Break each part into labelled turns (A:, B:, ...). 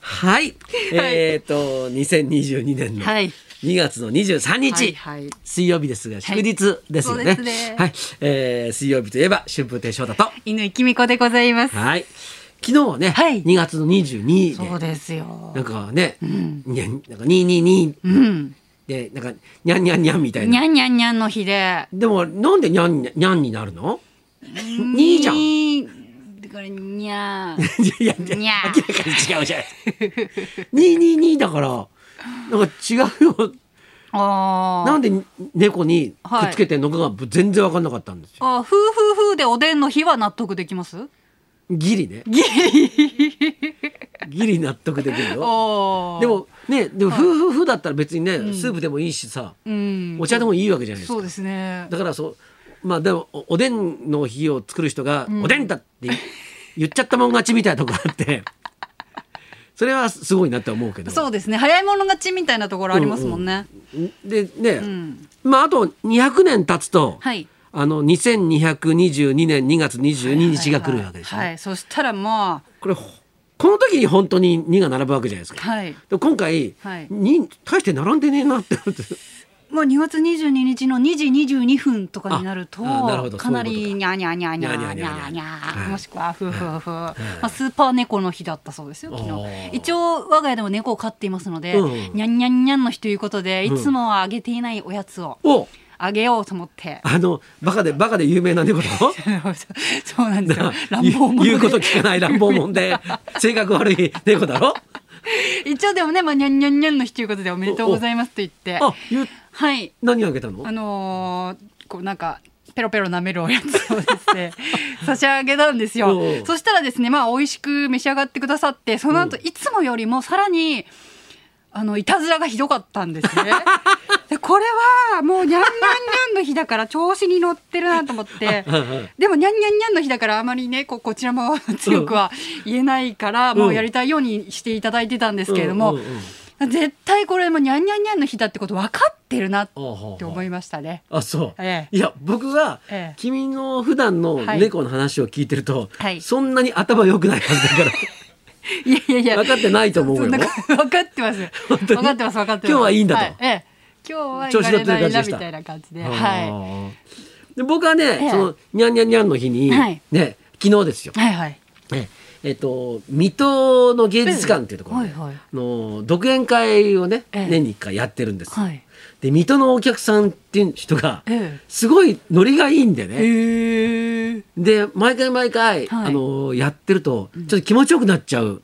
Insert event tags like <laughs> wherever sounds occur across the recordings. A: はい。えっ、と、2022年の
B: はい
A: 2月の23日、
B: はいはい
A: 水曜日ですが、祝日ですよね。
B: そうですね
A: はい、えー水曜日といえば、春風亭昇太と。
B: 犬きみこでございます。
A: はい。昨日はね、
B: はい
A: 2月の22日
B: そう
A: で、
B: ですよ
A: な。んかね、にゃんなんか222
B: うん。
A: で、なんか、にゃんにゃんにゃんみたい
B: に
A: な。
B: ゃんにゃんにゃんの日で。
A: でも、なんでにゃんにゃんにゃんになるの ?2 じゃん。い
B: ん。だからにゃ
A: <laughs>
B: ー。
A: やいや
B: にゃ
A: 明ら
B: ん
A: かに違うじゃない。222だから、なんか違うよ。
B: あ
A: な
B: あ。
A: んで猫にく
B: はい
A: っつけてんのかが全然分かんなかったんですよ。
B: あ、ふうふうふうでおでんの日は納得できます。
A: ギリね。
B: ギリ。
A: ギリ納得できるよ。
B: おー
A: で。もね、でも夫婦夫だったら別にね、スープでもいいしさ、
B: うん。
A: お茶でもいいわけじゃないです
B: そう
A: か。
B: ですね。
A: だからそう、まあでもおおでんの日を作る人がおでんだって言っちゃったもん勝ちみたいなとこあ
B: <laughs>
A: って、それはすごいなって思うけど。
B: そうですね。早い者勝ちみたいなところありますもんね。
A: でね、
B: うん。
A: まああと200年経つと、
B: はい。
A: あの2222年2月22日が来るわけですね。
B: はい。そしたらま
A: これほこの時に本当に2が並ぶわけじゃないです
B: あ。
A: か。
B: はい。
A: で今回、
B: はい
A: に大して並んでねえなって思って
B: まあ2月22日の2時22分とかになると
A: ああなるほど
B: かな
A: そういうこと
B: り
A: か
B: にゃにゃにゃにゃにゃ
A: にゃに
B: に
A: ゃ
B: ゃ
A: に
B: に
A: ゃはい
B: ゃもしくはふふふ、まあ、スーパー猫の日だったそうですよ昨
A: あ
B: 日
A: ー
B: 一応我が家でも猫を飼っていますので、
A: うん
B: にゃんにゃんにゃんの日ということでいつもはあげていないおやつを
A: お
B: あげようと思って、 <laughs>
A: あのバカでバカで有名な猫だろ
B: そうなんですよ <laughs> 乱
A: 言
B: 暴
A: う
B: 者
A: 言うこと
B: で
A: 聞かない乱暴者
B: <laughs>
A: で性格悪い猫だろ
B: 一応でもね、まあ、にゃんにゃんにゃんの日ということでおめでとうございますと言って
A: あ言う
B: はい
A: 何をあげたの
B: あのーこうなんかペロペロ舐めるおやつをです
A: <laughs>
B: ね差し上げたんですよ
A: おう
B: そしたらですねまあ美味しく召し上がってくださってその後、いつもよりもさらにあのいたずらがひどかったんで
A: <laughs>
B: すねでこれはもうにゃんにゃんにゃんの日だから調子に乗ってるなと思って
A: うんうん
B: でもにゃんにゃんにゃんの日だからあまりねこうこちらも強くは言えないから、もうやりたいようにしていただいてたんですけれども、
A: うんうんうん
B: 絶対これもにゃんにゃんにゃんの日だってこと分かってるなって
A: ほうほうほう
B: 思いましたね。
A: あそう、
B: え
A: いや僕は、
B: ええ
A: 君の普段の猫の話を聞いてると、
B: はい
A: そんなに頭良くないはずだから
B: いやいやいや。
A: 分かってないと思うよ
B: そんなこと分かってます。
A: 本当に
B: 分かってます。分かってます。
A: 今日はいいんだと
B: ええ。今日は言われないなみたいな感じで。は
A: はいで僕はね、
B: ええ
A: そのにゃんにゃんにゃんの日に、
B: はい
A: ね昨日ですよ
B: い。はいはい。
A: えええっと水戸の芸術館っていうところで、
B: ええはいはい
A: あの独演会をね、
B: ええ
A: 年に1回やってるんですよ、
B: はい。
A: で水戸のお客さんっていう人が、
B: え
A: すごいノリがいいんで
B: え。
A: ね、
B: へえ。
A: で毎回毎回、
B: はい
A: あのやってるとちょっと気持ちよくなっちゃう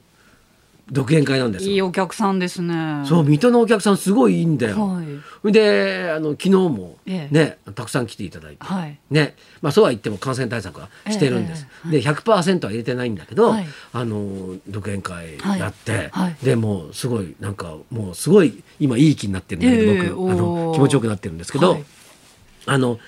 A: 独演会なんです
B: い
A: よ、
B: いお客さんですね。
A: そう水戸のお客さんすごいいいんだよ、
B: はい。
A: であの昨日も
B: え
A: ね
B: え、
A: たくさん来ていただいて、
B: はい。
A: ねまあ、そうは言っても感染対策はしてるんです、で100%は入れてないんだけど、
B: はい
A: あの独演会
B: はい
A: やって、
B: はい
A: でもうすごいなんかもうすごい今いい気になってるんだけど、
B: ええ
A: 僕あ
B: お
A: の
B: ー
A: 気持ちよくなってるんですけど、
B: はい
A: あの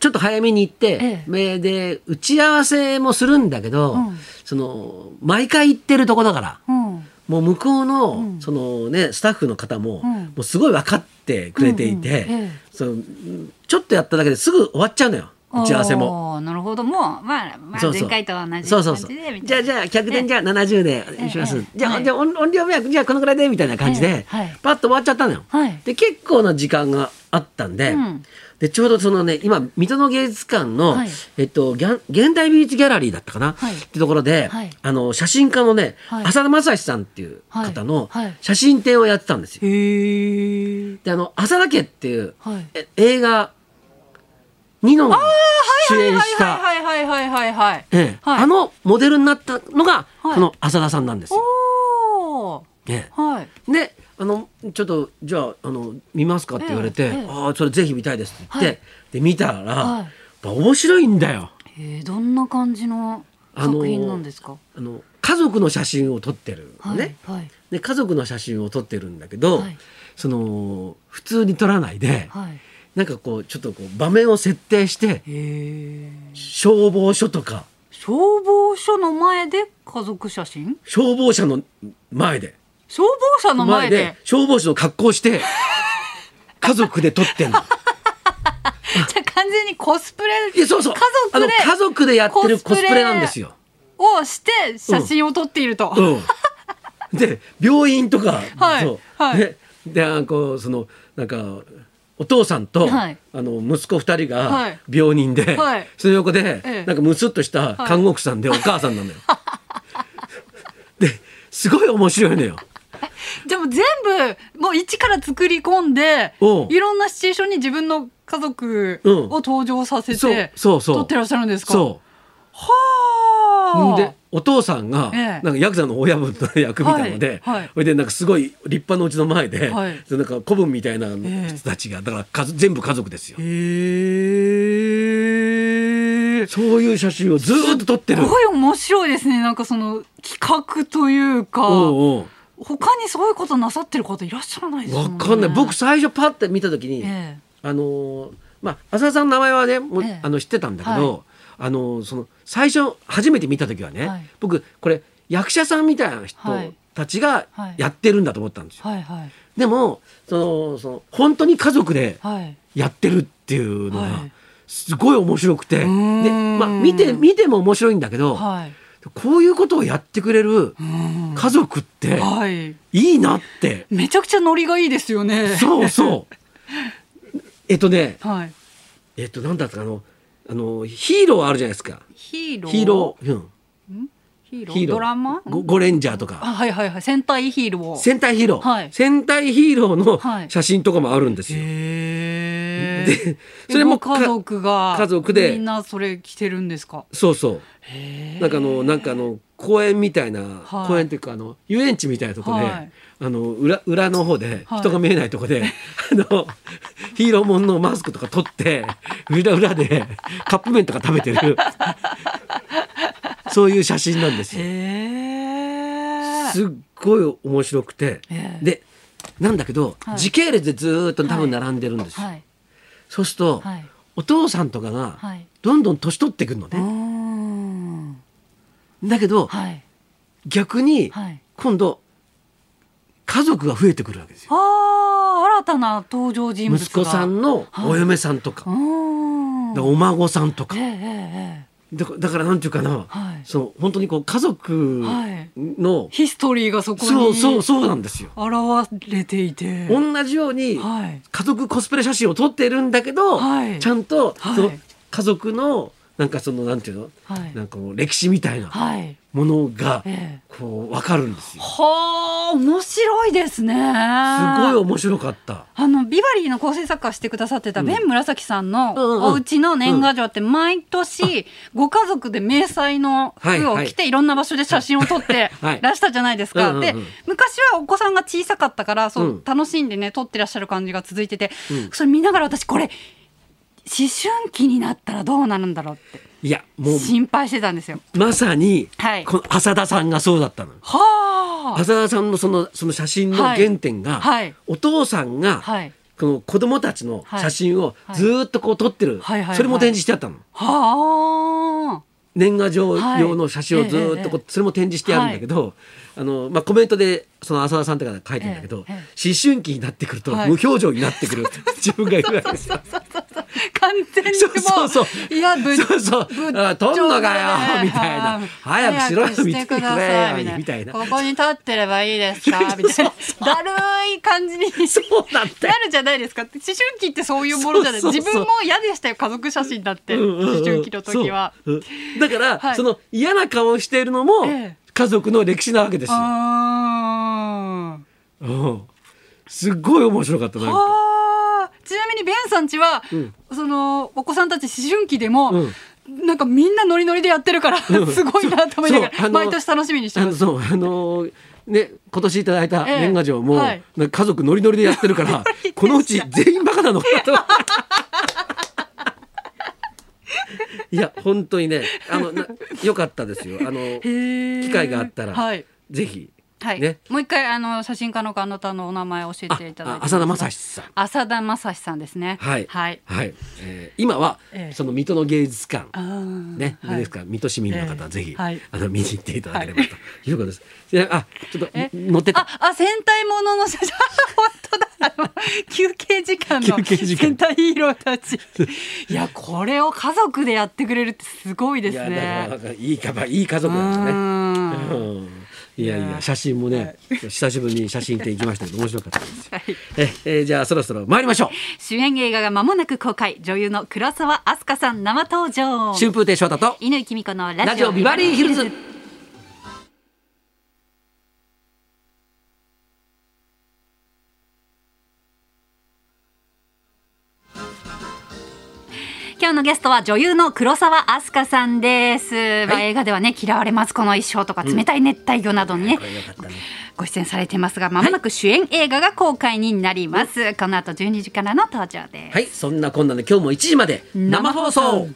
A: ちょっと早めに行って、
B: え
A: めで打ち合わせもするんだけど、
B: うん
A: その毎回行ってるとこだから。
B: うん。
A: もう向こうの、
B: うん
A: そのねスタッフの方も、
B: うん
A: もうすごい分かってくれていて、
B: うんうんええ
A: そのうんちょっとやっただけですぐ終わっちゃうのよ打ち合わせも。
B: も。なるほど。もうまあまあ
A: そうそう
B: 前回とは同じ感じで
A: そうそうそうじゃあじゃあ客伝じゃあ70でお願いします、
B: ええ
A: じゃあ,、
B: はい
A: じゃあ音音量迷惑じゃあこのぐらいでみたいな感じで、
B: ええはい
A: パッと終わっちゃったのよ。
B: はい
A: で結構な時間があったんで,、
B: うん
A: でちょうどそのね今水戸の芸術館の、
B: はい
A: えっと、ギャン現代美術ギャラリーだったかな、
B: はい
A: ってところで、
B: はい
A: あの写真家のね、
B: はい
A: 浅田正史さんっていう方の
B: はいはい
A: 写真展をやってたんですよ。
B: へえ。
A: であの浅田家っていう、
B: はい。
A: え映画ニノが主演した。
B: はいはいはいはいはいはい。
A: ええ
B: はい
A: あのモデルになったのが、
B: はい
A: この浅田さんなんですよ。
B: おお。
A: え
B: はい。
A: えであのちょっとじゃああの見ますかって言われて「
B: ええええ
A: ああそれぜひ見たいです」って言って、
B: はい
A: で見たら、
B: はい
A: やっぱ面白いんだよ
B: えー、どんな感じの作品なんですか。
A: あの家族の写真を撮ってるのね、
B: はいはい
A: で家族の写真を撮ってるんだけど、
B: はい
A: その普通に撮らないで、
B: はい。
A: なんかこうちょっとこう場面を設定して
B: え
A: 消防署とか
B: 消防署の前で家族写真？
A: 消防車の前で
B: 消防車の前で。
A: 消防士の格好して家族で撮ってんの。
B: <laughs> じゃあ完全にコスプレ
A: いやそうそう
B: 家
A: あ
B: 族
A: の
B: で
A: 家族でやってるコスプレなんですよ。
B: をして写真を撮っていると。
A: うん、で病院とか、
B: はい
A: そう、
B: はい
A: ねであこうそのなんかお父さんと、
B: はい
A: あの息子二人
B: は
A: が
B: い
A: 病人で、
B: はい
A: その横で、
B: ええ
A: なんかむすっとした
B: はい
A: 看護婦さんでお母さんなのよ。ですごい面白いのよ。
B: でも全部もう一から作り込んで
A: おう
B: いろんなシチュエーションに自分の家族
A: うん
B: を登場させ
A: そう
B: て
A: そうそ
B: 撮
A: う
B: ってらっしゃるんですか
A: そう
B: はあ
A: でお父さんが、
B: ええ
A: なんかヤクザの親分の役みたいので、
B: はいはい
A: それでなんかすごい立派なうちの前で、
B: はい
A: そのなんか古文みたいな
B: ええ
A: 人たちが、だから家族全部家族ですよ
B: へ。えす
A: そういう写真をずーっと撮ってる。
B: ごい面白いですねなんかその企画というか
A: おう
B: 他にそういうことなさってる方いらっしゃらない
A: お
B: で
A: うわ
B: すもんね
A: かんない。僕最初パッて見た時に、
B: え
A: あのーまあ浅田さんの名前はね、もう
B: ええ
A: あの知ってたんだけど、あのーその最初初めて見た時はね、
B: はい
A: 僕これ役者さんみたいな人
B: はい
A: たちが
B: はい
A: やってるんだと思ったんですよ。
B: えはいはい
A: でもそのその本当に家族で
B: はい
A: やってるっていうの
B: は
A: が
B: い
A: すごい面白くて、
B: うーん
A: でまあ見て見ても面白いんだけど、
B: はい
A: こういうことをやってくれる
B: うん
A: 家族って
B: はい
A: いいなって、
B: めちゃくちゃノリがいいですよね
A: <laughs> そうそう。えっとね、
B: はい
A: えっとなんだったかなあのあのヒーローあるじゃないですか。
B: ヒーロー
A: ヒーロー、うん、
B: ヒーロー
A: ヒーロー
B: ドラマ
A: ゴゴレンジャーとか
B: あはいはいはい戦隊ヒーロー
A: 戦隊ヒーロー、
B: はい
A: 戦隊ヒーロー
B: はい
A: の写真とかもあるんですよ。
B: へ
A: で
B: え。
A: それもか
B: 家族が
A: 家族で
B: みんなそれ着てるんですか。
A: そうそう。
B: へ
A: なんかあのなんかあの公園みたいな、
B: はい
A: 公園というかあの遊園地みたいなとこで、
B: はい
A: あの裏裏の方で
B: はい
A: 人が見えないとこで、あ
B: <laughs>
A: のヒーローもんのマスクとか取って裏裏でカップ麺とか食べて
B: <laughs>
A: るそういう写真なんですよ。
B: へえ。
A: すっごい面白くて、
B: ええ
A: でなんだけど、
B: はい
A: 時系列でずーっと多分並んでるんですよ、
B: はい
A: そうすると、
B: はい
A: お父さんとかが
B: はい。
A: どんどん年取ってくるの
B: う
A: ね
B: ー、ん。
A: だけど、
B: はい
A: 逆に、
B: はい。
A: 今度家族が増えてくるわけですよ
B: ああ新たな登場人物が。
A: 息子さ
B: うーん。
A: んのお嫁さんとか、でお孫さんとか
B: ええええええ
A: だからだからなんていうかな、
B: はい
A: その本当にこう家族
B: はい
A: の、
B: ヒストリーがそこに
A: そうそうそうなんですよ、
B: 現れていて。
A: 同じように
B: はい。
A: 家族コスプレ写真を撮ってるんだけど、
B: はい
A: ちゃんと
B: はい
A: その家族のなんかそのなんていうの、
B: はい
A: なんかこう歴史みたいな
B: はい。
A: ものが
B: ええ。
A: こうわかるんですよ。
B: はあ面白いですね。
A: す
B: す
A: ごい面白かった。
B: あのビバリーの構成作家してくださってた
A: うん
B: ベン紫さんの
A: うんうん
B: お家の年賀状って毎年ご家族で迷彩の服を
A: はいは
B: 着
A: い
B: ていろんな場所で写真を撮って
A: はい
B: らしたじゃないです
A: うん
B: か。
A: うんう
B: で
A: ん
B: 昔はお子さんが小さかったからそううん楽しんでね撮ってらっしゃる感じが続いてて
A: うん
B: それ見ながら私これ思春期になったらどうなるんだろうっ
A: いやも
B: て
A: う
B: 心配してたんですよ。
A: まさに、
B: はい
A: この浅田さんがそうだったの。
B: は
A: 浅田さんのそのその写真の
B: はい
A: 原点が、
B: はい
A: お父さんが、
B: あはい
A: この子供たちの写真を
B: はい
A: ずーっとこう撮ってる、
B: はいはいはい
A: それも展示してあったの。
B: はあ
A: 年賀状
B: はい
A: 用の写真をずーっとこう、
B: えええ
A: それも展示してあるんだけど、あのまあ、コメントでその浅田さんとかが書いてるんだけど、
B: えええ
A: 思春期になってくると無
B: はい
A: 表情になってく
B: <laughs>
A: る、自分がいるわけですよ。
B: 完全にも
A: そうそうそう
B: いやぶっ
A: そうそう
B: ぶっ
A: あ撮んのかよみたいな
B: はい
A: 早くしろよ
B: 早く
A: 見
B: して
A: て
B: く
A: く
B: ださ
A: れ
B: い
A: よみたいな
B: ここに立ってればいいですかみたいなだるい感じに
A: そうなんだ
B: な
A: よ
B: るじゃないですか思春期ってそういうものじゃない
A: そうそうそう
B: 自分も嫌でしたよ家族写真だって、
A: うんうんうん
B: 思春期の時は。
A: そううんだから、
B: はい
A: その嫌な顔をしているのも、
B: ええ
A: 家族の歴史なわけですよ。
B: あー
A: うんすっごい面白かったなんか
B: あーちなみにベンさんちは、
A: うん
B: そのお子さんたち思春期でも、
A: うん
B: なんかみんなノリノリでやってるから、
A: うん
B: <laughs> すごいなと思いなが
A: そうそうあ
B: ら
A: の
B: 毎年楽しみにして
A: あ
B: ま
A: の
B: す。
A: そうあのーね今年いただいた
B: ええ
A: 年賀状も、
B: はい
A: なんか家族ノリノリでやってる
B: <laughs>
A: から
B: リでした
A: このうち全員バカなのかなと。いや本当にねあのな良かったですよあの
B: 機
A: 機会があったら
B: はい。
A: ぜひ
B: はい。
A: ね
B: もう一回、あの、写真家の方のお名前を教え
A: あ
B: ていただい
A: あ
B: て。
A: 浅田正史。さん
B: 浅田正史さんですね。
A: はい
B: はい。
A: はい、えー今は、
B: ええ
A: その水戸の芸術館
B: あー
A: ね、
B: はい
A: ですから水戸市民の方はぜひ、
B: ええはい
A: あの見に行っていただければということです。いやあちょっと
B: え
A: 乗って
B: あ
A: た。、
B: あ、戦隊ものの写真。 <laughs> 本当だ。あの休憩時間の。
A: 休憩時間
B: 戦隊ヒーローたち。いや、これを家族でやってくれるってすごいで
A: い
B: す
A: や
B: ね。
A: だからいいかばいい家族なんですね。
B: うーん
A: うんいやいや写真もね、久しぶりに写真展行きましたけど面白かったですよ。
B: <laughs> はい
A: ええーじゃあそろそろ参りましょ
B: 主演映画が間もなく公開女優の黒沢明日香さん生登場
A: う。春風亭昇太と
B: 犬井美子のラ
A: ラ
B: ジ
A: ジ
B: オ
A: オビバリーヒル <laughs> ズ。
B: 今日のゲストは女優の黒沢明日香さんです、まあ映画ではね嫌われますこの一生とか冷たい熱帯魚などにね、
A: これよかったね。
B: ご出演されていますがまもなく主演映画が公開になります、この後12時からの登場です
A: はいそんなこんなで今日も1時まで生放送